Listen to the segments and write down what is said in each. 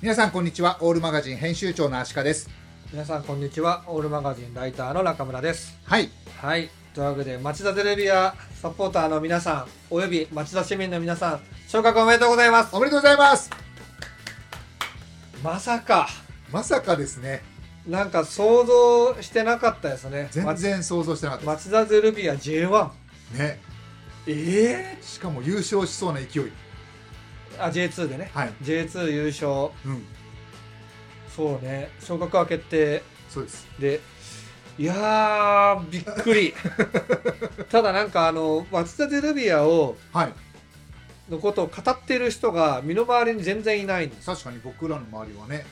皆さんこんにちはオールマガジン編集長のアシカです皆さんこんにちはオールマガジンライターの中村ですはいはいというわけで町田テレビやサポーターの皆さんおよび町田市民の皆さん昇格おめでとうございますおめでとうございますまさかまさかですねなんか想像してなかったですね全然想像してなかったで町田ゼルビア J1 すねええしかも優勝しそうな勢いあ J2 でね、はい J2 優勝うんそうね昇格は決定そうですでいやーびっ くりただなんかあの松田ゼルビアをはいのことを語っている人が身の回りに全然いないんです確かに僕らの周りはね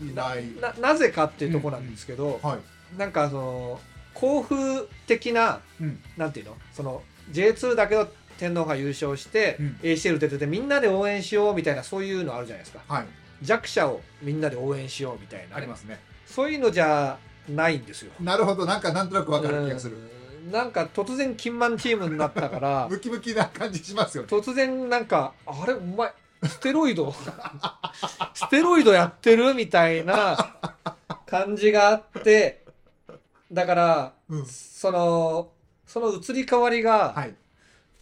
いないななぜかっていうところなんですけど、はいなんかその甲府的なうんなんていうのその J2 だけど天皇が優勝して、うん ACL 出ててみんなで応援しようみたいなそういうのあるじゃないですかはい弱者をみんなで応援しようみたいなありますねそういうのじゃないんですよなるほどなんかなんとなくわかる気がするうんなんか突然金満チームになったからムキムキな感じしますよね突然なんか「あれお前ステロイド ステロイドやってる?」みたいな感じがあってだからうんそのその移り変わりが、はい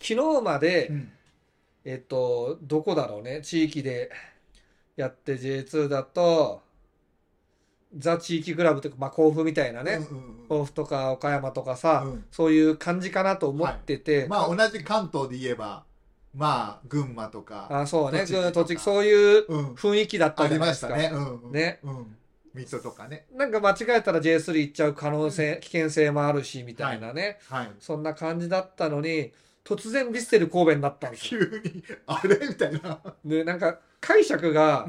昨日まで、うんえっとどこだろうね地域でやって J2 だとザ地域クラブというか、まあ、甲府みたいなね、うんうんうん甲府とか岡山とかさ、うんそういう感じかなと思ってて、まあ同じ関東で言えばまあ群馬とかあそうね栃木とか栃木そういううん雰囲気だったあじりゃないまでしすたかね。うんうんねうん。ミッドとかね。なんか間違えたら J3 行っちゃう可能性、危険性もあるしみたいなね、はい。そんな感じだったのに突然ヴィッセル神戸になったんですよ 急に、あれみたいな。でなんか解釈が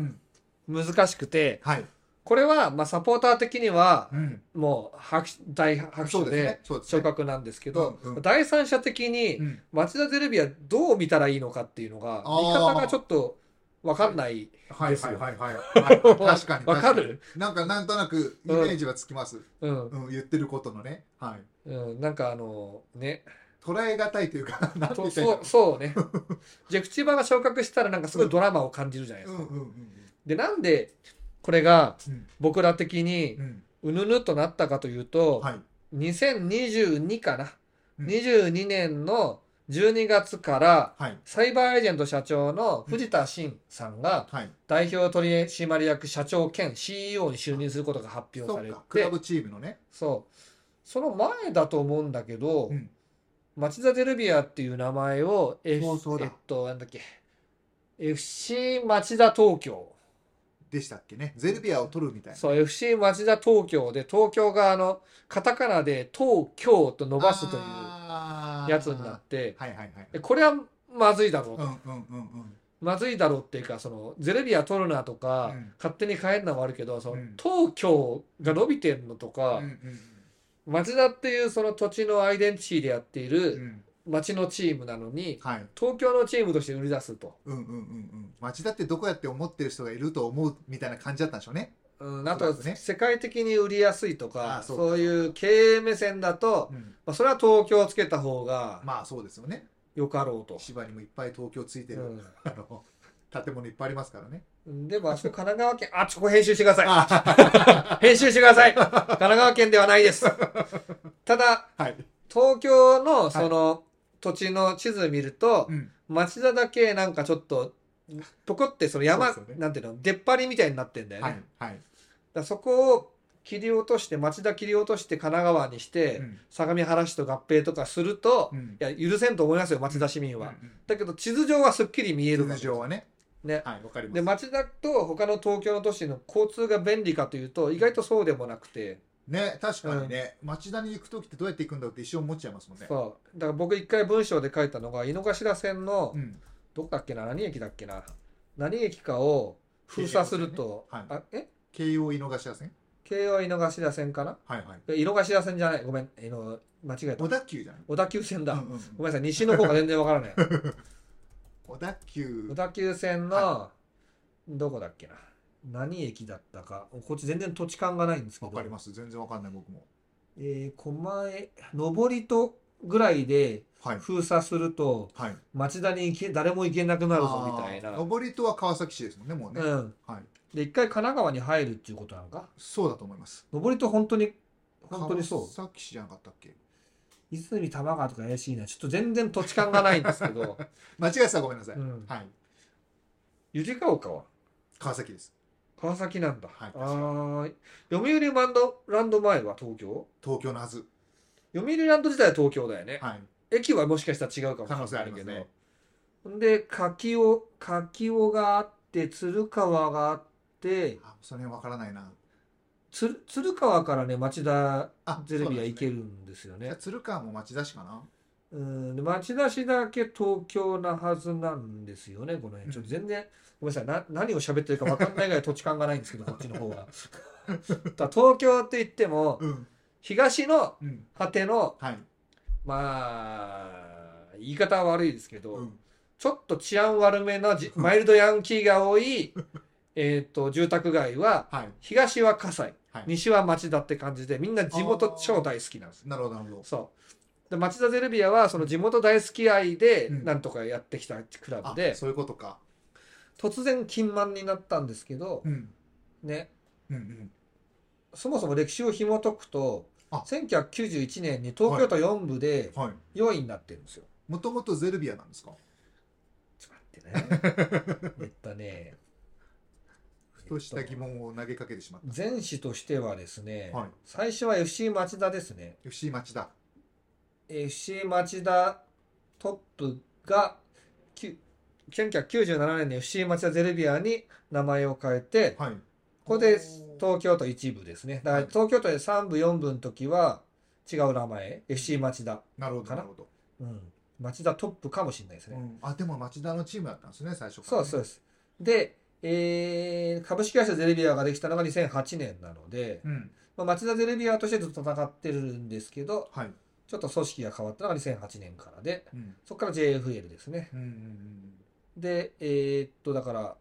うん難しくて、はい。これはまあサポーター的にはうん。もう拍手大拍そ手うですねで。そうです昇ね。格なんですけど、うんうん第三者的にうん町田ゼルビアどう見たらいいのかっていうのがあー見方がちょっと分かんないはいですはいよはいはい。はい 確かに。確にわかるなんかなんとなくイメージはつきます。うん、うん、言ってることのね。はい。うん、なんかあのね捉えがたいという か、なんてそ言うったらいいそんだうそうねジェクチーバーが昇格したらなんかすごいドラマを感じるじゃないでろうすうか、んうんでなんでこれがうん僕ら的にうん。うぬぬとなったかといううと、ん。はい。 2022かな、うん22年の12月からはい。サイバーエージェント社長の藤田真さんがはい。代表取締役社長兼 CEO に就任することが発表そさうれか。クラてブチームのね。そうその前だと思うんだけど、うん町田ゼルビアっていう名前を、F そうそうだえっとなんだっけ FC 町田東京でしたっけね。ゼルビアを取るみたいな。そう FC 町田東京で東京があのカタカナで東京と伸ばすというあーやつになってはいはいはい。でこれはまずいだろううと、んうんうんうん。まずいだろうっていうかそのゼルビア取るなとか、うん勝手に変えるのもあるけどその、うん東京が伸びてんのとか、うんうん町田っていうその土地のアイデンティティでやっていうんうるん。町のチームなのにはい。東京のチームとして売り出すと、うんうんうんうん町だってどこやって思ってる人がいると思うみたいな感じだったんでしょうね。うん、あそうとですね世界的に売りやすいとかあそうかそういう経営目線だと、うん、まあ、それは東京をつけた方がまあそうですよね。よかろうと。芝にもいっぱい東京ついてる、うんあの建物いっぱいありますからね。でもあそこ神奈川県、あ、そこ編集してください。あ編集してください。神奈川県ではないです。ただ、はい。東京のその土地の地図見ると、うん。町田だけなんかちょっと、ぽこってその山、そうですよねなんていうの、出っ張りみたいになってんだよね。はだいか。はい。らそこを切り落として、町田切り落として神奈川にして、うん。相模原市と合併とかするとう、んいや、許せんと思いますよ、町田市民は。うんだけど地図上はすっきり見える通常はね。ね。はい、わかります。で町田と他の東京の都市の交通が便利かというと意外とそうでもなくて、ね、確かにね、町田に行くときってどうやって行くんだろうって一生思っちゃいますもんね。そうだから僕一回文章で書いたのが井の頭線のうん。どこだっけな何駅だっけな何駅かを封鎖すると、京王線ねあえ京王井の頭線京王井の頭線かなはいはい。え井の頭線じゃないごめん井の間違えた小田急じゃない小田急線だ、うんうんうんごめんなさい西の方が全然わからない小田急小。田急線の、はどこだっけな何駅だったかこっち全然土地勘がないんですけどわかります。全然わかんない僕も。えー、狛江、上りとぐらいではい封鎖するとはい町田に行け誰も行けなくなるぞみたいな、あー上りとは川崎市ですもんねもうね、うんはいで一回神奈川に入るっていうことなのかそうだと思います上りと本当に本当にそう川崎市じゃなかったっけ泉玉川とか怪しいなちょっと全然土地勘がないんです けど、間違えてたらごめんなさい、うん、はいゆじか丘は川崎です川崎なんだ、はいあー読売ランドランド前は東京東京のはず読売ランド自体は東京だよね、はい駅はもしかしたら違うかもしれな可能性ありいけどますねほんで柿尾柿尾があって鶴川があってあその辺わからないな、つ鶴川からね町田あゼルビア行けそうるんですよじゃねあ鶴川も町田市かなうんで町田市だけ東京なはずなんですよねこの辺ちょっと全然ごめんなさいな何を喋ってるか分かんないぐらい土地勘がないんですけどこっちの方 はだから東京って言ってもうん東のうん果てのはい、まあ言い方は悪いですけど、うん、ちょっと治安悪め なじマイルドヤンキーが多いえーと住宅街ははい東は葛西、はい西は町田って感じでみんな地元超大好きなんですなるほどなるほどそうで町田ゼルビアはその地元大好き愛でうんなんとかやってきたクラあブで、そういうことか突然金満になったんですけど、うんね、うんうんそもそも歴史を紐解くとあ1991年に東京都4部ではい4位になってるんですよ。もともとゼルビアなんですかちょっと待っ てね。えっとね。ふとした疑問を投げかけてしまっ前史としてはですね、た、はい、最初は FC 町田ですね FC 町田 FC 町田トップがきゅ1997年に FC 町田ゼルビアに名前を変えてはいここで東京都一部ですねだからはい東京都で3部4部の時は違う名前 FC 町田、なるほどかななるほど、うん、町田トップかもしれないですね、うん、あでも町田のチームだったんですね最初から、ね、そうですそううですで、えー株式会社ゼルビアができたのが2008年なので、うんまあ、町田ゼルビアとしてずっと戦ってるんですけどはいちょっと組織が変わったのが2008年からで、うんそこから JFL ですね。うんうんうんで、えーっと、だから、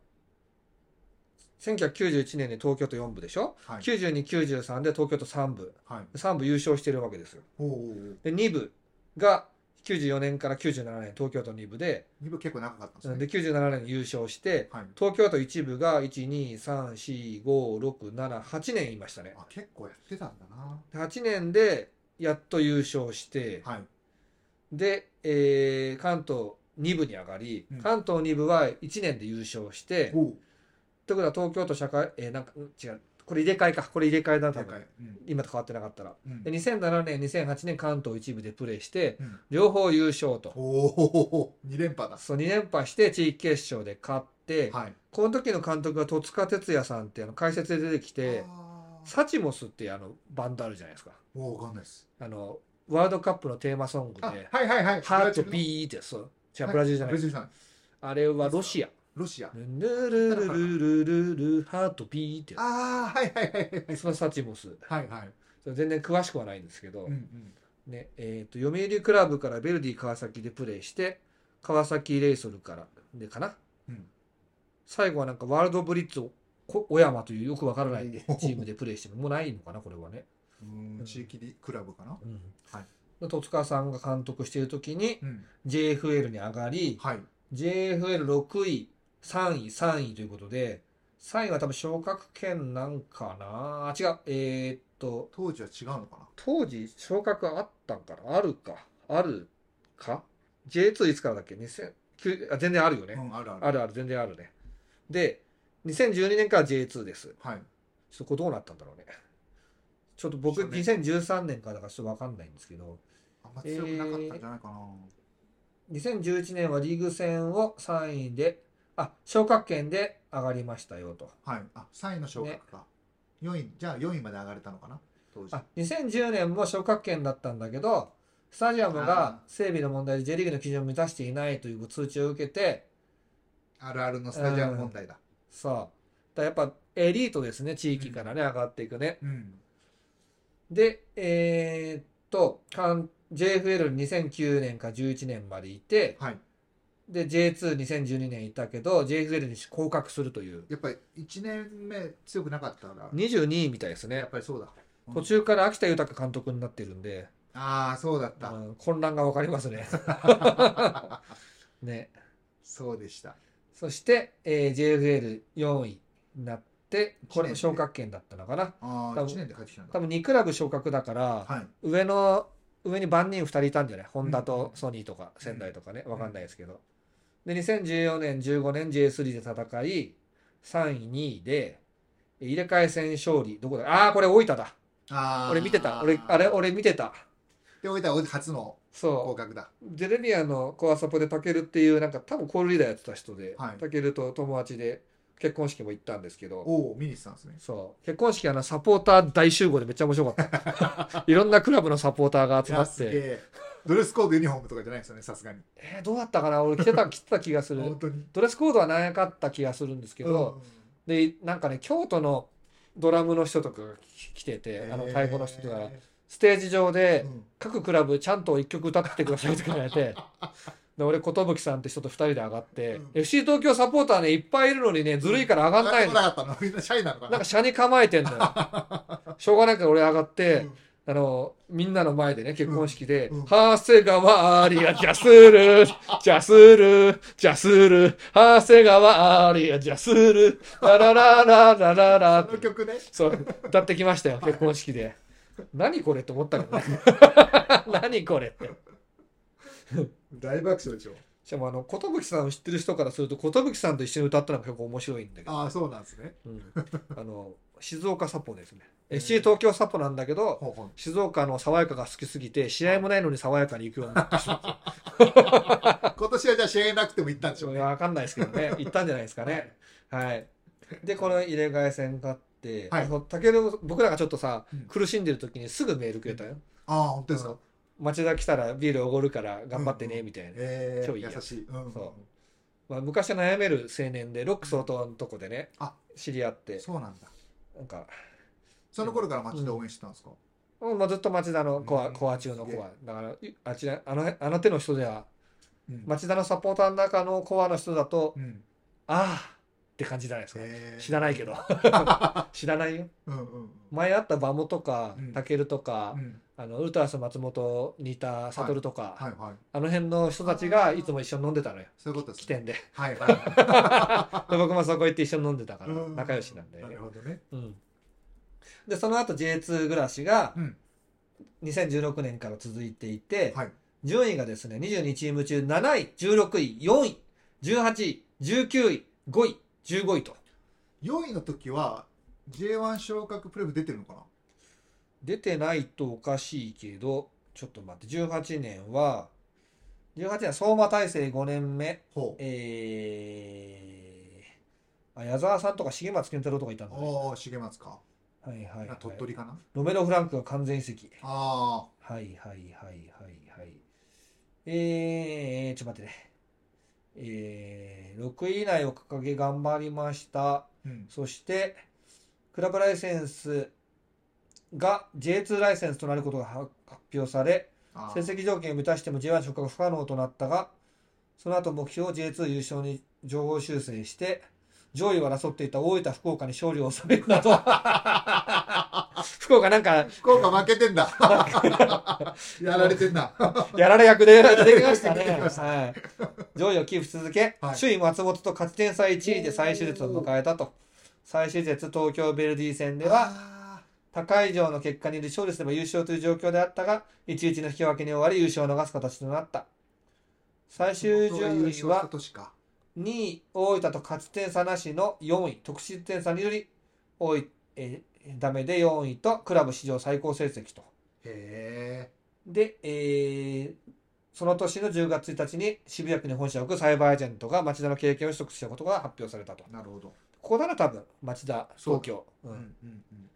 1991年で東京都4部でしょ、はい ?92、93で東京都3部。はい3部優勝してるわけですよ。おーで、2部が94年から97年、東京都2部で、二部結構長かったんですねで、97年に優勝して、はい東京都1部が1、2、3、4、5、6、7、8年いましたね。あ結構やってたんだな8年で、やっと優勝して、はいで、えー関東2部に上がり、うん関東2部は1年で優勝して、おおということは東京都社会、えーなんか、うん違う、これ入れ替えか、これ入れ替えだ、多正解分。うん今と変わってなかったら。うんで、2007年、2008年関東1部でプレーして、うん両方優勝と。おお二連覇だそう、2連覇して地域決勝で勝って、はいこの時の監督が戸塚哲也さんってあの解説で出てきて、あーサチモスってあのバンドあるじゃないですか。もうわかんないですあの、ワールドカップのテーマソングで、あはいはいはいハートービーって、そう。違う、ブラジルじゃなブいラ。ジルじゃないあれはロシア。ロシアルルルルルルルハートピーってやああはいはいはいはいつ。そのサチモス。はいはいそれ全然詳しくはないんですけど、うんうんね、えっ、と、読売クラブからベルディ川崎でプレーして、川崎レイソルからでかな。うん最後はなんかワールドブリッツをこ小山というよくわからないチおおームでプレーしても、もうないのかな、これはね。うーん地域でクラブかなうん。はいで戸塚さんが監督している時にうん JFL に上がり、はい JFL6 位、3位、3位ということで、3位は多分昇格圏なんかなあ、違う。えーっと、当時は違うのかな当時昇格あったんかなあるか。あるか ?J2 いつからだっけ ?2009、あ、全然あるよね。うんあるあるあるある、全然あるね。で、2012年から J2 です。はいそこどうなったんだろうね。ちょっと僕、そうね2013年からだからちょっとわかんないんですけど、あんま強くなかったんじゃないかな2011年はリーグ戦を3位で、あ、昇格圏で上がりましたよと。はいあ3位の昇格か4位じゃあ4位まで上がれたのかな当時あ2010年も昇格圏だったんだけどスタジアムがあ整備の問題で J リーグの基準を満たしていないという通知を受けてあるあるのスタジアム問題ださあだやっぱエリートですね地域からね、上がっていくねうんでえーっと関 JFL2009 年から11年までいてはいで J22012 年いたけど JFL に降格するというやっぱり1年目強くなかったら22位みたいですやねっぱりそうだ途中から秋田豊監督になってるんでああそうだった、うん混乱がわかりま すね。ね。そうでしたそして、えー JFL4 位になって、これ一も年昇で格圏だったのかな。あ多あ分1年で帰ってきたんだ多分2クラブ昇格だから、はい上の上に万人2人いたんじゃないホンダとソニーとか仙台とかね、わかんないですけど。で、2014年、15年 J3 で戦い、3位、2位で、入れ替え戦勝利、どこだああ、これ大分だ。ああ俺見てた。俺、あれ、俺見てた。で大分は初の合そう。格だデレビアのコアサポでタケルっていう、なんか多分コールリーダーやってた人で、はいタケルと友達で結婚式も行ったんですけど、おお見に行ってたんですねそう。結婚式はな、サポーター大集合でめっちゃ面白 かった。いろんなクラブのサポーターが集まいっやすげ。てえドレスコードユニフォームとかじゃないですよねさすがにえーどうだったかな俺着てた着てた気がす本る当にドレスコードはなかった気がするんですけど、でなんかね京都のドラムの人とかが来てて、あの太鼓の人とかがステージ上で、うん各クラブちゃんと一曲歌ってくださいとか言わ れてで俺寿さんって人と二人で上がって、うん FC 東京サポーターねいっぱいいるのにねずるいから上がんない上の、がってこなかったのみんなシャイなのかななんか車に構えてん のよしょうがないから俺上がって、うんあの、みんなの前でね、結婚式で、うんうん長谷川アリア、ジャス ル、ジャスル、ジャスル、長谷川アリア、ジャスル、ラララララララこの曲ねそう、歌ってきましたよ、結婚式で。何これって思ったけ どね。何これって。大爆笑でしょしかもあの、寿さんを知ってる人からすると、寿さんと一緒に歌ったのが結構面白いんだけど、ああそうなんですねうんあの、静岡サポですね。へー FC 東京サポなんだけど、ほうほう静岡の爽やかが好きすぎて試合もないのに爽やかに行くようになってしまっ今年はじゃあ試合なくても行ったんでしょうたねわかんないですけど ね行ったんじゃないですかねはいでこの入れ替え戦勝って、はいあの武尊僕らがちょっとさ、うん苦しんでる時にすぐメールくれたよああ本当ですあかの町田来たらビールおごるから頑張ってね、うんみたいな、え超いいやえ優しいうんそまあ、昔は悩める青年でロック相当のとこでね、あ知り合ってそうなんだなんか、その頃から町で応援してたんですかうんまあ、ずっと町田のコア,、うんコア中のすげコえアだからいあちらあのあの手の人ではうん町田のサポーターの中のコアの人だと、うんああって感じじゃないですか、へえ知らな いけど知らないようんうんうん前あった馬モとかうんタケルとか、うんあのウルトラス松本新田悟とか、はいはいあの辺の人たちがいつも一緒に飲んでたのよそういうことで起すね点ではいはで僕もそこ行って一緒に飲んでたかい らうん仲良しなんで、なるほどねうん、でその後 J2 暮らしがうん2016年から続いていて、はい順位がですね22チーム中7位16位4位18位19位5位15位と4位の時は J1 昇格プレフ出てるのかな出てないとおかしいけど、ちょっと待って、18年は、18年は相馬大成5年目、ほうえー、あ矢沢さんとか重松健太郎とかいたんだね。ああ重松かはいはい、はい。鳥取かなロメロ・フランクが完全移籍。あはいはいはいはいはい。えー、ちょっと待ってね。えー、6位以内を掲げ頑張りました。あうんそして、クラブライセンスが J2 ライセンスとなることが発発表され、あ成ー績条件を満たしても J1 昇格不可能となったが、その後目標を J2 優勝に上方修正して、上位を争っていた大分、福岡に勝利を収めるな ど、福岡なんか、福岡負けてん だやられてんだやられ役で出てきましたね。出てきましはい、上位をキープし続け、はい首位松本と勝ち点差1位で最終節を迎えたと。最終節東京ベルディ戦では、あ高い以上の結果に勝利すれば優勝という状況であったが、1-1の引き分けに終わり優勝を逃す形となった。最ー終元順優位勝したは年か2位大分と勝ち点差なしの4位、得失点差により多い、えーダメで4位とクラブ史上最高成績と。へえで、えーその年の10月1日に渋谷区に本社を置くサイバーエージェントが町田の経験を取得したことが発表されたと。なるほどここだな、多分、町田、東京。ううんんうんうん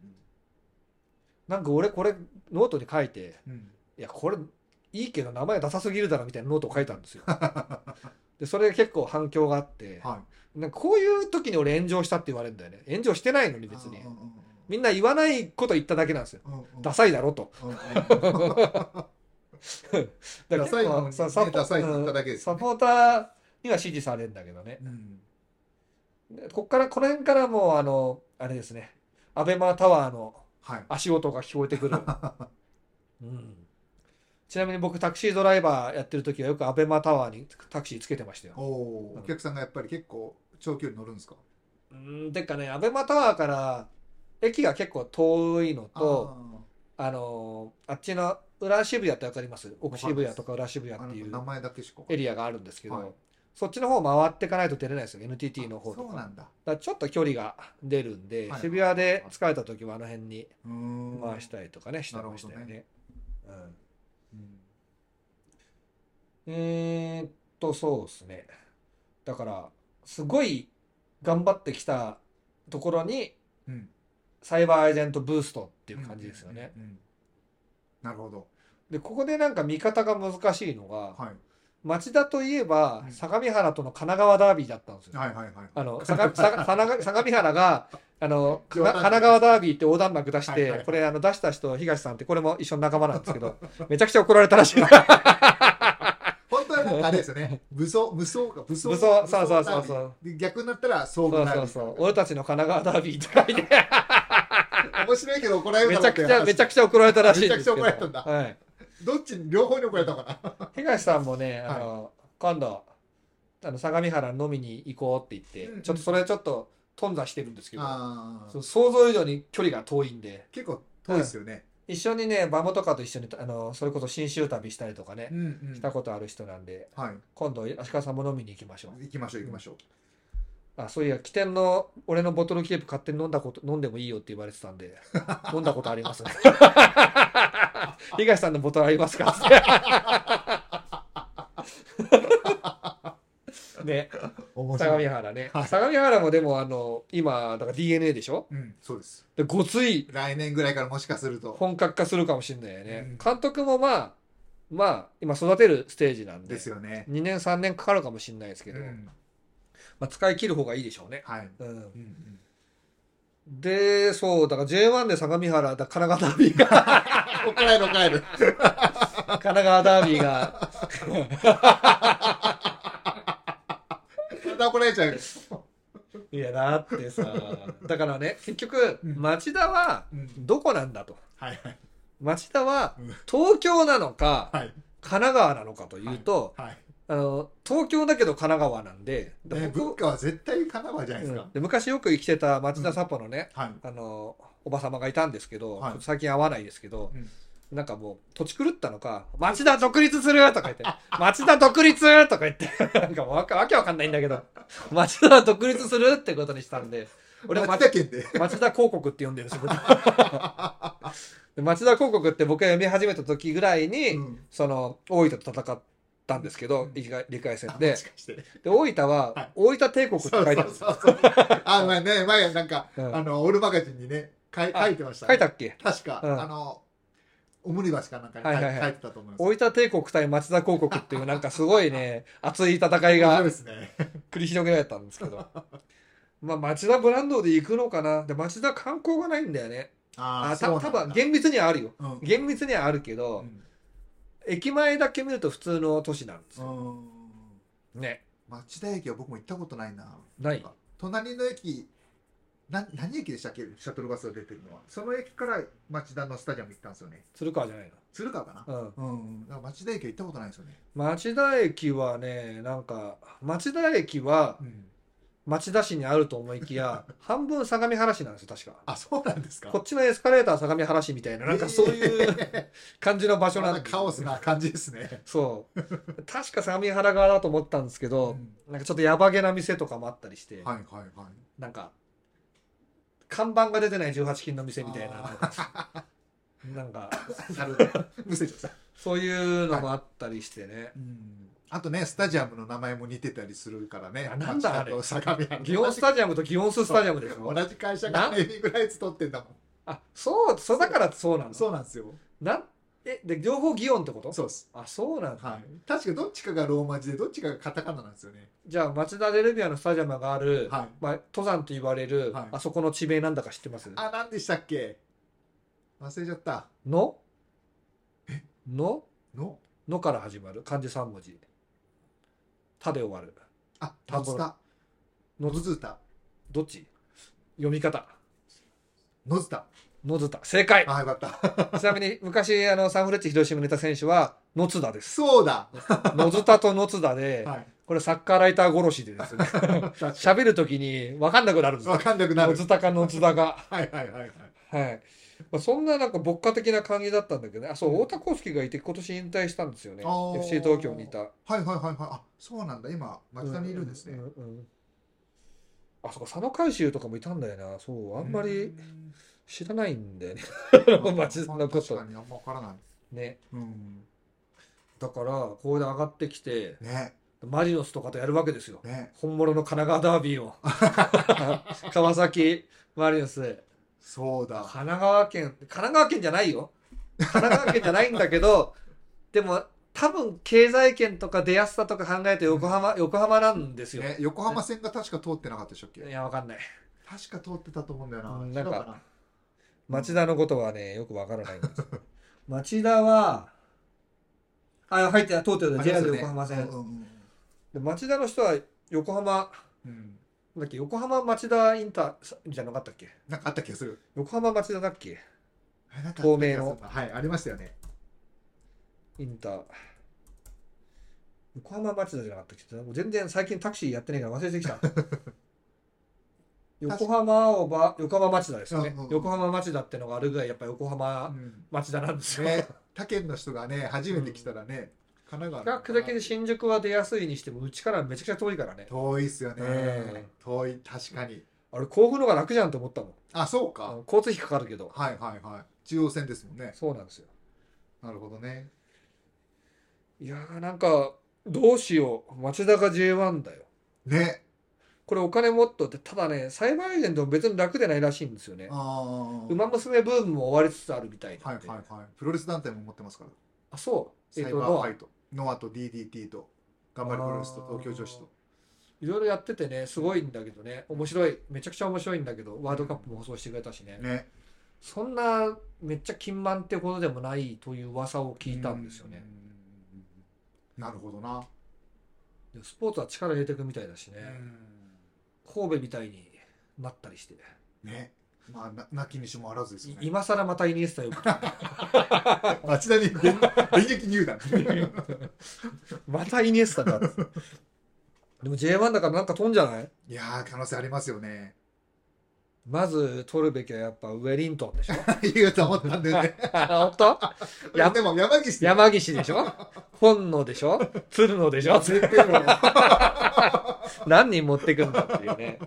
なんか俺、これ、ノートに書いて、うんうんいや、これ、いいけど名前ダサすぎるだろみたいなノートを書いたん ですよ。で、それ結構反響があって、はいなんかこういう時に俺炎上したって言われるんだよね。炎上してないのに別にあー。うんうんうんみんな言わないこと言っただけなんですよ。うんうんダサいだろと。うんうんうんだからダサいのにねさサポダサいって言っただけですサポーターには支持されるんだけどね。うんでこっから、この辺からもう、あの、あれですね。アベマタワーのはい 足音が聞こえてくる。うん。ちなみに僕タクシードライバーやってる時はよくアベマタワーにタクシーつけてましたよおおー、お客さんがやっぱり結構長距離乗るんですかうーんてかねアベマタワーから駅が結構遠いのとあのーあっちの裏渋谷ってわかります奥渋谷とか裏渋あー谷あっのていう名前だけしかエリアがあるんですけど、はいそっちの方回っていかないと出れないですよ NTT の方とそかうなんだだからちょっと距離が出るんで、はい渋谷で疲れた時はあの辺にうーん回したりとかね、してましたよねなうんうんえーっとそうですねだからすごい頑張ってきたところにうんサイバーエージェントブーストっていう感じですよね、うんうんうんなるほどでここでなんか見方が難しいのが、はい町田といえばうん相模原との神奈川ダービーだったんですよ、はいはいはいあ の、相模相相相模原が、あの、か冗神談奈川ダービーって横断幕出しはいはてい、これ、あの、出した人、東さんって、これも一緒の仲間なんですけど、 めちゃくちゃ怒られたらしい。本当はなんかあれですよね武装武装か武装武装、そうそうそうそダーう。ビーで逆になったら総そ武うなそるうそう。俺たちの神奈川ダービーって書いて、面白いけど怒られるめだちろうゃってくいうちゃ、話めちゃくちゃ怒られたらしいんですけど。めちゃくちゃ怒られたんはい。どっちに両方に怒られたのかな東さんもね、あの、今度、あの、相模原飲みに行こうって言っうんうんて、ちょっとそれちょっと頓挫してるんですけど、あーそう想像以上に距離が遠いんで、結構遠いですよね一緒にね、バモとかと一緒に、あの、それこそ新州旅したりとかねう、んうんしたことある人なんで、はい今度、足利さんも飲みに行きましょう。行きましょう行きましょうあ、そういや、起点の俺のボトルキープ勝手に飲んだこと、飲んでもいいよって言われてた んで、飲んだことありますね。東さんのボトルあります かってね、面相模白い原ね。はい相模原もでも、あの、今、だから DNA でしょうんそうですで、ごつい来年ぐらいからもしかすると本格化するかもしれないよね。うん監督もまあ、まあ、今育てるステージなんで、ですよね2年3年かかるかもしれないですけうど、んまあ、使い切る方がいいでしょうね。はいうん、うんうんで、そう、だから J1 で相模原、だ神奈川ダービーが、 怒られる怒られる神奈川ダービーが、 また怒られちゃういや、だってさ、だからね、結局、うん町田はうんどこなんだと。はいはい町田はうん東京なのか、はい神奈川なのかというと、はいあの、東京だけど神奈川なんで、だね、文僕化は絶対神奈川じゃないですうかん。で昔よく生きてた町田サポのね、はい。あの、おば様がいたんですけど、はい最近会わないですけど、なんかもう、土地狂ったのか、町田独立するとか言って、町田独立とか言って、なんかわけわけわかんないんだけど、町田は独立するってことにしたんで、俺は松町田県で。町田広告って呼んでるんですよ、僕 で町田広告って僕が読み始めた時ぐらいに、うんその、大分と戦ったんですけど、理解理解戦もでし、かして。で大分ははい大分帝国ってそ書うそいてあるんうですそうそう。あ、まあね、前なんか、うんあの、オールマガジンにね、かい書いてましたね。書いたっけ確か、うんあの、オムニバスかなんかにはいはいはい書いてたと思います。大分帝国対町田広告っていうなんかすごい ね、熱い戦い面が白いですね。繰り広げられたんですけどまあ町田ブランドで行くのかなで町田観光がないんだよねああーそうなたんだ多分厳密にはあるようん厳密にはあるけど、駅前だけ見ると普通の都市なんですうよ、ん。うんね町田駅は僕も行ったことないな。ない隣の駅、な何駅でしたっけシャトルバスが出てるのは。その駅から町田のスタジアム行ったんですよね。鶴川じゃない鶴川かな。の、うん、うん。だから町田駅は行ったことないですよね。町田駅はねなんか町田駅はうん。町田市にあると思い きや半分相模原市なんですよ確かあ、そうなんですかこっちのエスカレーターは相模原市みたいななんかそういう感じの場所なん までたすカオスな感じですね。そう確か相模原側だと思ったんですけど、うんなんかちょっとヤバげな店とかもあったりしはて、いはいはい。なんか看板が出てない18金の店みたいななんかなんかなるほど。むせちゃった。そういうのもあったりしてね、あとね、スタジアムの名前も似てたりするからねあ。なんだあれ町田と相模原祇園スタジアムと祇園ススタジアムでしょ同じ会社がなネーミングライツ取ってんだもん。あそうそうだからそうなのそうなんですよ。なんえで両方祇園ってことそうです。あそうなの、はい。確かどっちかがローマ字で、どっちかがカタカナなんですよね。じゃあ町田デルビアのスタジアムがある、はい。まあ、登山と言われる、はいあそこの地名なんだか知ってますあ、なんでしたっけ忘れちゃった。ののののから始まる漢字3文字たで終わるあ、田のんぼつた。ののずた。どっち読み方のずた。のずた正解あ、よかった。ちなみに昔あのサンフレッチェ広島にいた選手は野津田です。そうだ。野津田と野津田で、はい。これサッカーライター殺しでで すね、喋るときに分かんなくなるんですよわ。かんなくな野る。津田か野津田が。はいはいはいはい。はい。まあ、そんななんか牧歌的な感じだったんだけどね。あ、そう、太田康介がいて今年引退したんですよね。あー FC 東京にいた。はいはいはいはい。あ、そうなんだ。今、町田にいるんですねう。うんうんあ、そうか、佐野海修とかもいたんだよな。そう、あんまり知らないんだよね。 うん、町田のこ確とか。にあんまわからない。ね。うん。だから、ここで上がってきて、ね、マリノスとかとやるわけですよ。ね。本物の神奈川ダービーを。 川崎マリノス。そう神だ。奈川県、神奈川県じゃないよ。神奈川県じゃないんだけど、 でも多分経済圏とか出やすさとか考えて横浜、横浜なんですよ。ね、横浜線が確か通ってなかったでしたっけいや、わかんない。確か通ってたと思うんだよな。うん違うなんか町田のことはね、よくわからないんですよ。 町田は、あ、入ってた、通ってなありた、ます JR よね横浜線。うんうんで町田の人は横浜、うんうんなんだっけ、横浜町田インター、じゃなかったっけなんかあった気がする。横浜町田だっけあなんかあった気がする透明のはい、ありましたよね。インター。横浜町田じゃなかったっけもう全然最近タクシーやってないから忘れて きた。横浜青葉、横浜町田ですねうんうんう。ん横浜町田ってのがあるぐらいやっぱ横浜うん町田なんですよ。ね、他県の人がね、初めて来たらね、神奈比較川的に新宿は出やすいにしても、うちからめちゃくちゃ遠いからね。遠いっすようんね。遠い、確かに。あれ、甲府のが楽じゃんと思ったもん。あ、そうあか。の交通費かかるけど。はいはいはい。中央線ですもんね。そうなんですよ。なるほどね。いやー、なんか、どうしよう。町田が J1 だよ。ね。これお金もっとって、ただね、栽培エージェントも別に楽でないらしいんですよね。ああ。馬娘ブームも終わりつつあるみたいなはいんはいではい。プロレス団体も持ってますから。あそうサえイっ、バーとフノアァイト。ノアと DDT と、頑張れプロレスとあー東京女子と。いろいろやっててねすごいんだけどね面白いめちゃくちゃ面白いんだけどワールドカップも放送してくれたしね、ね。そんなめっちゃ金満ってほどでもないという噂を聞いたんですよねう、ん。なるほどな。でスポーツは力入れていくみたいだしね、う神戸みたいになったりして、ん。ね。まあ、ななきにしもあらずですよいね。今更またイニエスタ よく町田に電電撃入団。またイニエスタだって でも J1 だからなんか飛んじゃないいやー、可能性ありますよね。まず取るべきはやっぱウェリントンでしょ言うと思ったんだよね。 本当いや、でも山岸って山岸でしょ本野でしょ鶴野でしょ言ってるの何人持ってくんだっていうね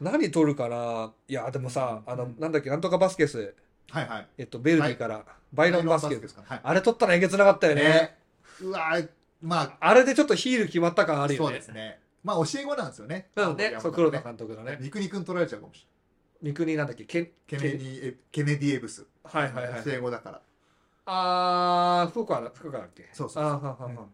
何取るかないやでもさあの、うんなんだっけなんとかバスケスはいはい。えっとベルディから、バイロンバスケでスすか。はい。あれ取ったらえげつなかったよねね。うわーまあ、あれでちょっとヒール決まった感あるよねそうですね。まあ、教え子なんですよね。なので、そう黒田監督のねね。三國君取られちゃうかもし三国なんだっけ けれない。ケネディエケネディ・エブス。はいはいはい教え子だから。あー福岡だ福岡だっけそうそうそうあーはんはんはん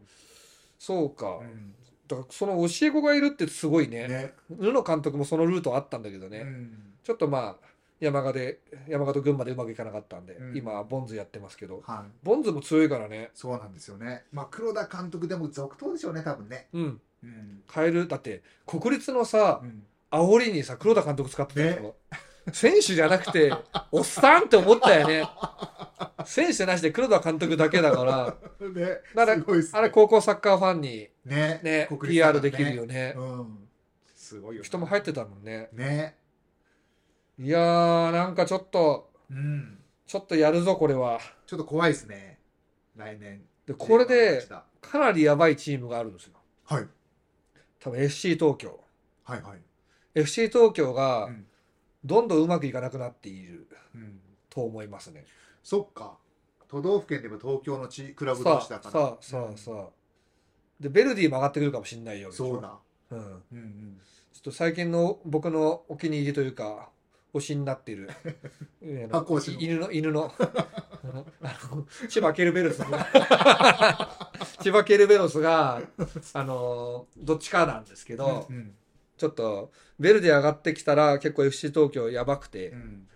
そうか、うんだからその教え子がいるってすごいねね。布野監督もそのルートあったんだけどね、うんちょっとまあ山形で山形と群馬でうまくいかなかったんで、うん今はボンズやってますけどはい。ボンズも強いからねそうなんですよね。まあ、黒田監督でも続投でしょうね、多分ね。うんうん。変えるだって国立のさうん煽りにさ黒田監督使ってたでしょ、選手じゃなく ておっさんって思ったよね選手なしで黒田監督だけ だからね。だからすごいっすねあれ高校サッカーファンにね。ね国立だから PR できるよねうん。すごいよね。人も入ってたもんねね。いやーなんかちょっとうん。ちょっとやるぞこれはちょっと怖いですね。来年。でこれではかなりやばいチームがあるんですよい。多分 FC 東京はいはい。 FC 東京が、うんどんどんうまくいかなくなっているうん。と思いますね。そっか。都道府県でも東京のちクラブさ同あ士ださから。あさあさあ。でベルディも上がってくるかもしれないよ。そうだ。うん。うんうん。ちょっと最近の僕のお気に入りというか推しになってい るあの箱推しの犬の犬 のあの千葉ケルベロスが 千葉ケルベロスがあのどっちかなんですけど、うんちょっとベルディ上がってきたら結構 FC 東京やばくてう、ん。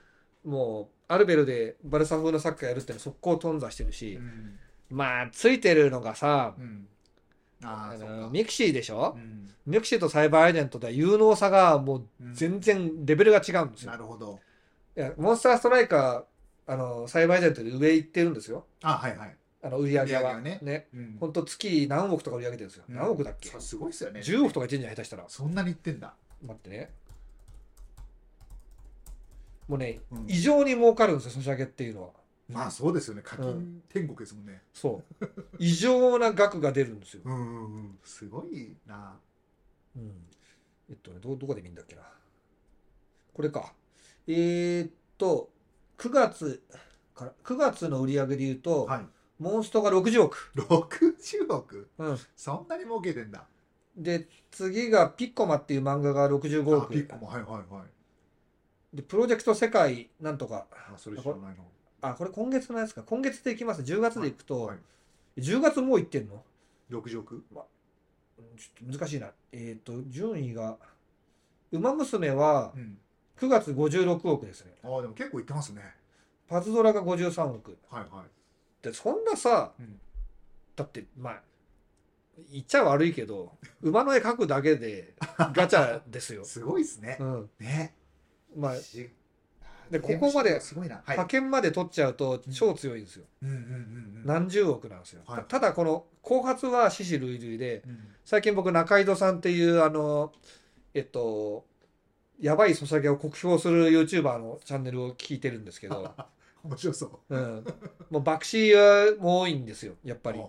もうアルベルでバルサ風のサッカーやるっての速攻頓挫してるし、うん。まあついてるのがさ、うん。あああ、そっのか。ミクシーでしょう、んミクシーとサイバーエージェントでは有能さがもううん全然レベルが違うんですよな、るほど。いやモンスターストライカーあのサイバーエージェントで上行ってるんですよあ、はいはい。あの売り上げ売り上はげはねねうん本当月何億とか売り上げてるんですよ、うん何億だっけそうすごいですよね。 10億とか言ってんじゃない下手したらそんなに言ってんだ。待ってねもうねうん異常に儲かるんですよソシャゲっていうのはまあそうですよね。課う金天国ですもんね。そう異常な額が出るんですよ、うんうんうん。すごいな。うんえっとねどどこで見るんだっけなこれかえーっと9月から9月の売り上げで言うと、はい。モンストが60億、 60億うん、そんなに儲けてんだ。で次がピッコマっていう漫画が65あ億ピッコもはいはいはい。でプロジェクト世界なんとかあそれ知らないの。あこれ今月のやつか今月でいきます10月でいくと、はいはい10月もういってんの60億うんちょっと難しいなえっ、と順位が「ウマ娘」はうん。 9月56億ですねああでも結構いってますね。パズドラが53億はいはい。でそんなさ、うんだってまあ言っちゃ悪いけど馬の絵描くだけでガチャで 、すよすごいですねう。ん、ね。まあしでここまですごいな。はい。派遣まで取っちゃうと超強いんですよ、うんうんうんうん。何十億なんですよ、はいただこの後発は獅子類類でうん最近僕中井戸さんっていうあのえっとやばいソシャゲを酷評する YouTuber のチャンネルを聞いてるんです けど、面白そう。やっうん、もう爆死はもう多いんですよやっぱり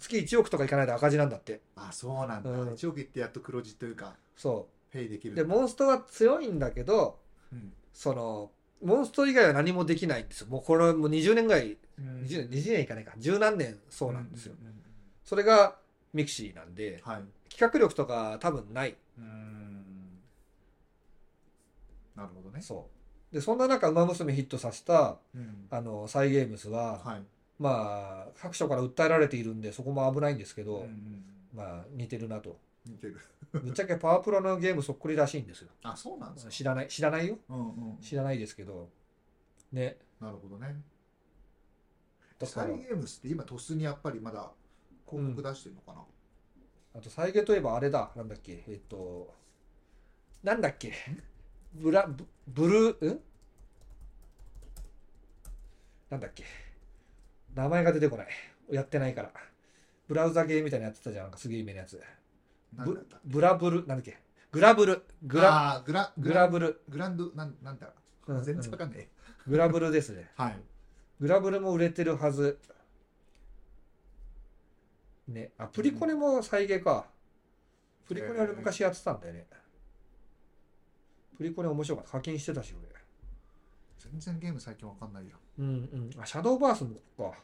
月1億とかいかないと赤字なんだってあそうなんだ。うん1億いってやっと黒字というか、そペイできうる。でモンストは強いんだけどうん、そのモンスト以外は何もできないんですよもうこれもう20年ぐらいうん20年20年いかないか十何年そうなんですよ、ううんそれがミクシーなんではい。企画力とか多分ないうん。なるほどね。そうでそんな中「ウマ娘」ヒットさせたうん。あのサイ・ゲームスは、はい。まあ各所から訴えられているんでそこも危ないんですけど、うんうんまあ似てるなと似てる。ぶっちゃけパワープロのゲームそっくりらしいんですよあ、そうなんですか。 知らない知らないようんうん。知らないですけどねなるほどね。だかサらイゲームスって今、鳥栖にやっぱりまだ広告出してるのかな。あと再現といえばあれだなんだっけえっとなんだっけブラブブルーんなんだっけ名前が出てこないやってないからブラウザゲーみたいなのやってたじゃんなんかすげえ有名なやつなんだっブブラブルなんだっけグラブルグラあーグラ、ググララ、ブル、グランド、なんなんだうん全然わかんねグラブルですねえ。はい。グラブルも売れてるはずねあプリコネも再現かプリコネあれ昔やってたんだよねプリコネ面白かった課金してたし俺全然ゲーム最近わかんないや。うんうんあシャドーバースもか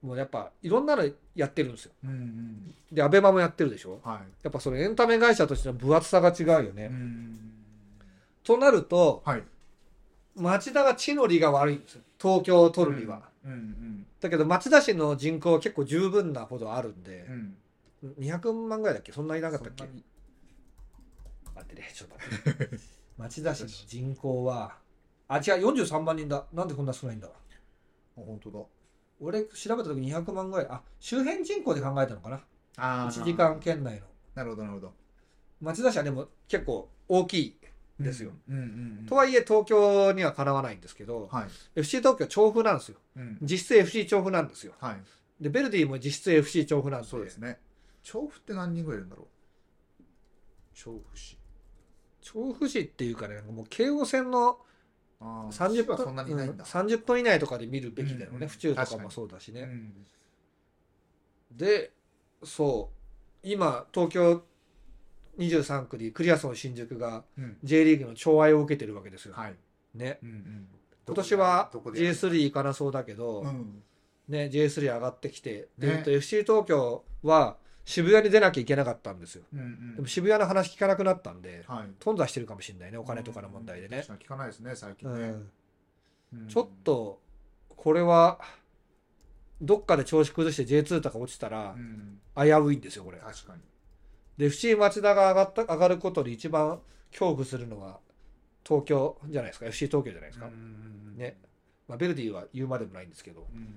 もうやっぱいろんなのやってるんですようんうん。でアベマもやってるでしょはやっぱそのエンタメ会社としての分厚さが違うよい。ね、ん。となるとはい。町田が地の利が悪いんですよ東京を取るには、うんうんだけど町田市の人口は結構十分なほどあるんでう、ん。 200万ぐらいだっけそんないなかったっそけんなに待ってねちょっと待ってね町田市の人口はあ違う43万人だなんでこんな少ないんだあ本当だ。俺調べた時200万ぐらいあ周辺人口で考えたのかなあ1時間。圏内のなるほど、なるほど。町田市はでも結構大きいですよ、。うんうん。とはいえ東京にはかなわないんですけど、はい。 FC 東京調布なんですようん。実質 FC 調布なんですよはい。でベルディも実質 FC 調布なんでそうですね。調布って何人ぐらいいるんだろう調布市。調布市っていうかねなんかもう京王線のああ、 30分はそんなにいないんだ。 30分以内とかで見るべきだよね、うんうん府中と確かかもにそうだしうね、んでそう今東京23区にクリアソン新宿がうん。 J リーグの寵愛を受けてるわけですよ、はい。ねうんうん。今年はどこでやる J3 行かなそうだけど、うん。ね、J3 上がってきて、でねえっと FC 東京は渋谷に出なきゃいけなかったんですようんうん。でも渋谷の話聞かなくなったんではい。頓挫してるかもしれないねお金とかの問題でうんね、確かに聞かないですね、最う近ね。ん、うんちょっ。とこれはどっかで調子崩して J2 とか落ちたうらん。危ういんですよこれ確かに。で FC 町田が上がった上がることで一番恐怖するのは東京じゃないですか FC 東京じゃないですか、うんうんうんね。まあ、ベルディは言うまでもないんですけどうん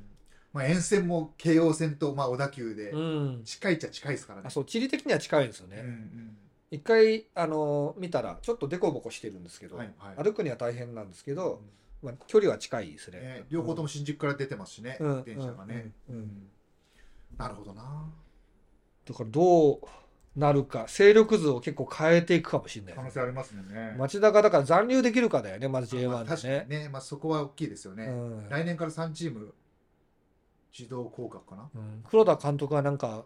まあ、沿線も京王線と、まあ、小田急でう、ん近いっちゃ近いですからねあ。そう地理的には近いんですよね、うんうん一回あの見たらちょっとデコボコしてるんですけど、はいはい歩くには大変なんですけうど、んまあ、距離は近いですねね両方とも新宿から出てますしね、うん電車がね。うんうんううんんなるほどな。だからどうなるか勢力図を結構変えていくかもしれない可能性ありますね。町田がだから残留できるかだよねまずまあ J1 確でかねにね、まあ、そこは大きいですよね。うん来年から3チーム、自動降格かな。うん黒田監督はなんか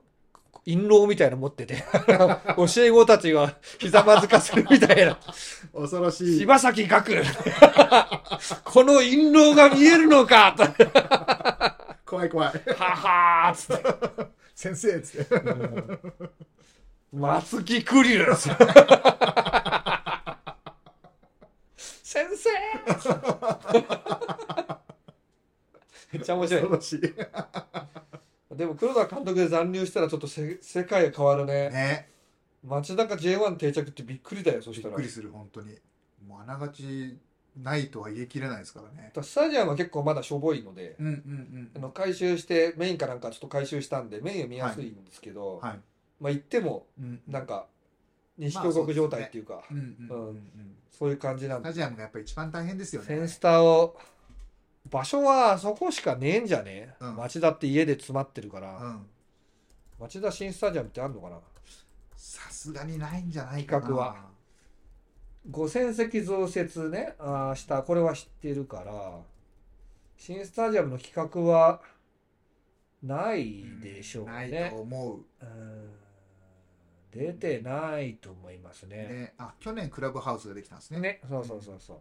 印籠みたいなの持って て教え子たちがひざまずかせるみた いな恐ろしい。柴崎岳 この印籠が見えるのか と 怖い怖い。 ははーっつって先生っつって。松木クリル先生めっちゃ面 恐白ろしい。いでも黒田監督で残留したらちょっとせ世界が変わる ねね。町田が J1 定着ってびっくりだよそしびったらくりする、本当に。もうあながちないとは言い切れないですからね。スタジアムは結構まだしょぼいのでうんうんあの回収してメインかなんかちょっと回収したんでメインは見やすいんですけど、はい。まあ行ってもうんなんか西まあ京そう極ですね状態っていうか、うんうんうんうん。そういう感じなんスでタジアムがやっぱ一番大変ですよね。センスターを場所はあそこしかねえんじゃね、うん町田って家で詰まってるから、うん。町田新スタジアムってあるのかなさすがにないんじゃないかな。企画は。5000席増設ねあーしたこれは知ってるから新スタジアムの企画はないでしょうないねと、思う。うん出てないと思いますねね、あ去年クラブハウスができたんですね。ねそうそうそうそう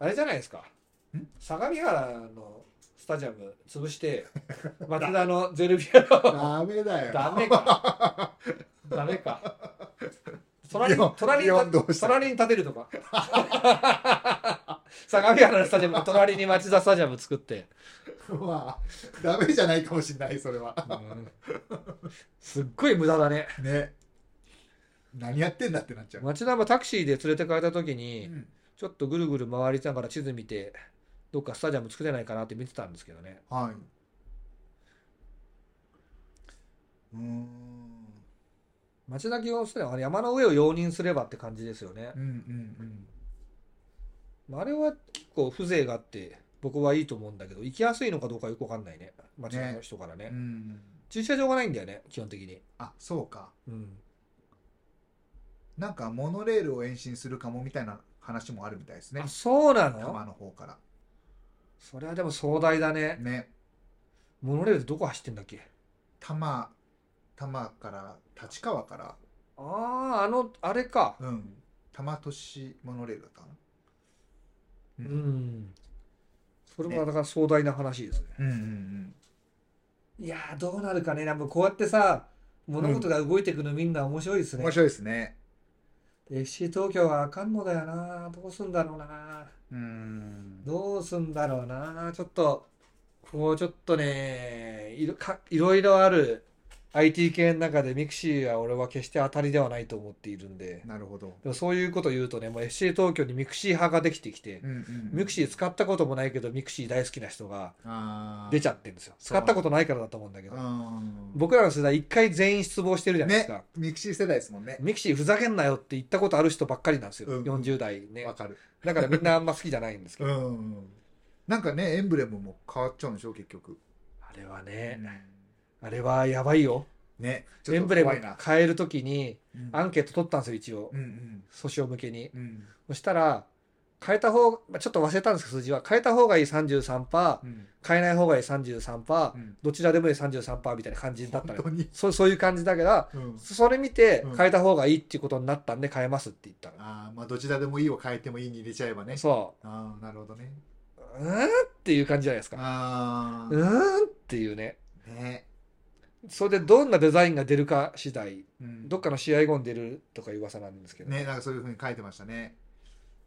あれじゃないですか相模原のスタジアム 潰して町田のゼルビアダのメだよ。ダメか。 ダメか。隣に、隣いにや立どうて、した隣に立てるとか。 相模原のスタジアムの隣に町田スタジアム作って。 まあ、ダメじゃないかもしれない、それは。すっごい無駄だ ね。ね。何やってんだってなっちゃう。町田もタクシーで連れて帰った時うに、んちょっとぐるぐる回りながら地図見て、どっかスタジアム作れないかなって見てたんですけどね。はい。うーん。町田基本スタジアムは山の上を容認すればって感じですよねうんう。んまああれは結構風情があって、僕はいいと思うんだけど、行きやすいのかどうかよくわかんないね。町田の人からねうん。うん。駐車場がないんだよね基本的に、あ、そうか。うん、なんかモノレールを延伸するかもみたいな話もあるみたいですねあ。そうな多摩のの方から。それはでも壮大だねね。モノレールどこ走ってんだっけ多摩、多摩から、立川から、あああのあれかうん。多摩都市モノレールだったかな。う、うんんそれもだから壮大な話ですねうんうんうん。いやーどうなるかねなんかこうやってさ物事が動いていくのみんな面白いですね面、白いですね。 FC 東京はあかんのだよなどうすんだろうなうーん。どうすんだろうなちょっともうちょっとねいろかいろいろある IT 系の中でミクシーは俺は決して当たりではないと思っているんでなるほど。でもそういうこと言うとねもう FC 東京にミクシー派ができてきて、うんうん。ミクシー使ったこともないけどミクシー大好きな人があ出ちゃゃってるんですよ使ったことないからだと思うんだけどうん。僕らの世代一回全員失望してるじゃないですか、ね、ミクシー世代ですもんね。ミクシーふざけんなよって言ったことある人ばっかりなんですよ、うん40代ねわかる。だからみんなあんま好きじゃないんですけうど、ん。なんかね、エンブレムも変わっちゃうんでしょ、結局。あれはね、あれはやばいよ。ね。ちょエっンとブレム怖いな。変えるときにうんアンケート取ったんですよ、一応う。ん訴訟向けに。うんうん。そしたら、変えた方、まあちょっと忘れたんですけど、数字は。変えた方がいい33%う、ん変えない方がいい33%う、ん。どちらでもいい33%みたいな感じだった本の当よ。に。そうそういう感じだけど、うん。それ見てうん変えた方がいいっていうことになったんで変えますって言ったの。ああ、まあ、どちらでもいいを変えてもいいに入れちゃえばね。そああ、なるほどね。う。うーんっていう感じじゃないですか。あうーんっていうね。あ、ね。それでどんなデザインが出るか次第、うんどっかの試合後に出るとかいう噂なんですけど。ね、なんかそういうふうに書いてましたね。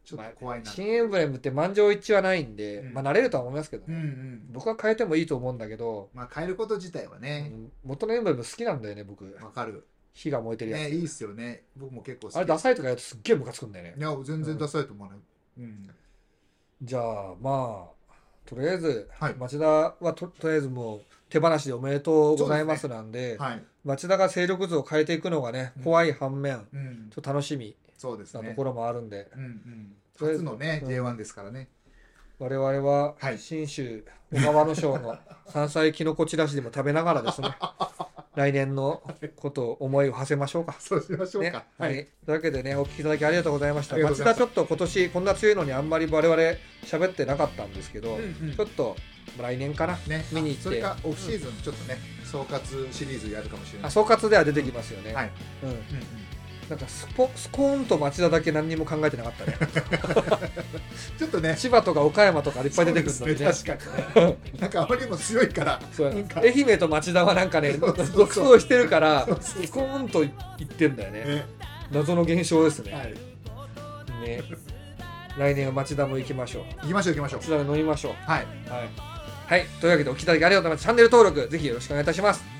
ちょっと怖いな。新エンブレムって満場一致はないんで、うんまあ慣れるとは思いますけどうんね、うん。僕は変えてもいいと思うんだけど、まあ、変えること自体はうね、ん元のエンブレム好きなんだよね僕わかる。火が燃えてるやつ、ね、いいっすよね。僕も結構好き。あれダサいとかやるとすっげえムカつくんだよねいや、全然ダサいと思わない。うん。じゃあまあとりあえず、はい町田はととりあえずもう手放しでおめでとうございますなんではい。町田が勢力図を変えていくのがねうん怖い反面、うんちょ。っと楽しみそうですなとねこ。ろもあるんで、うんうん。とりあえ初ずのね、 うん J1 ですからね。我々ははい信州小川野省の山菜きのこちらしでも食べながら ですね来年のことを思いを馳せましょうか。そうしましょうねか。ははいい。というわけでねお聞きいただきありがとうございましたありがとうご松ざい田ましちょっと今年こんな強いのにあんまり我々喋ってなかったんですけど、うんうんちょっと来年かなね、見に行ってあそれかオフシーズンちょっとね、総括シリーズやるかもしれなあい。総括では出てきますよね、はい。うん、うんうんなんかスポスコーンと町田だけ何にも考えてなかったねちょっとね、千葉とか岡山とかでいっぱい出てくるのそうにねですね確かに ね。なんかあまりにも強いから。そうなんか愛媛と町田はなんかね そうそうそう独走してるからそうそうスコーンと言ってんだよねね、謎の現象ですね,、はい。ね来年は町田も行きましょう行きましょう行きましょう町。田で飲みましょうはい。はい、はい、というわけでお聞きいただきありがとうございますチャンネル登録ぜひよろしくお願いいたします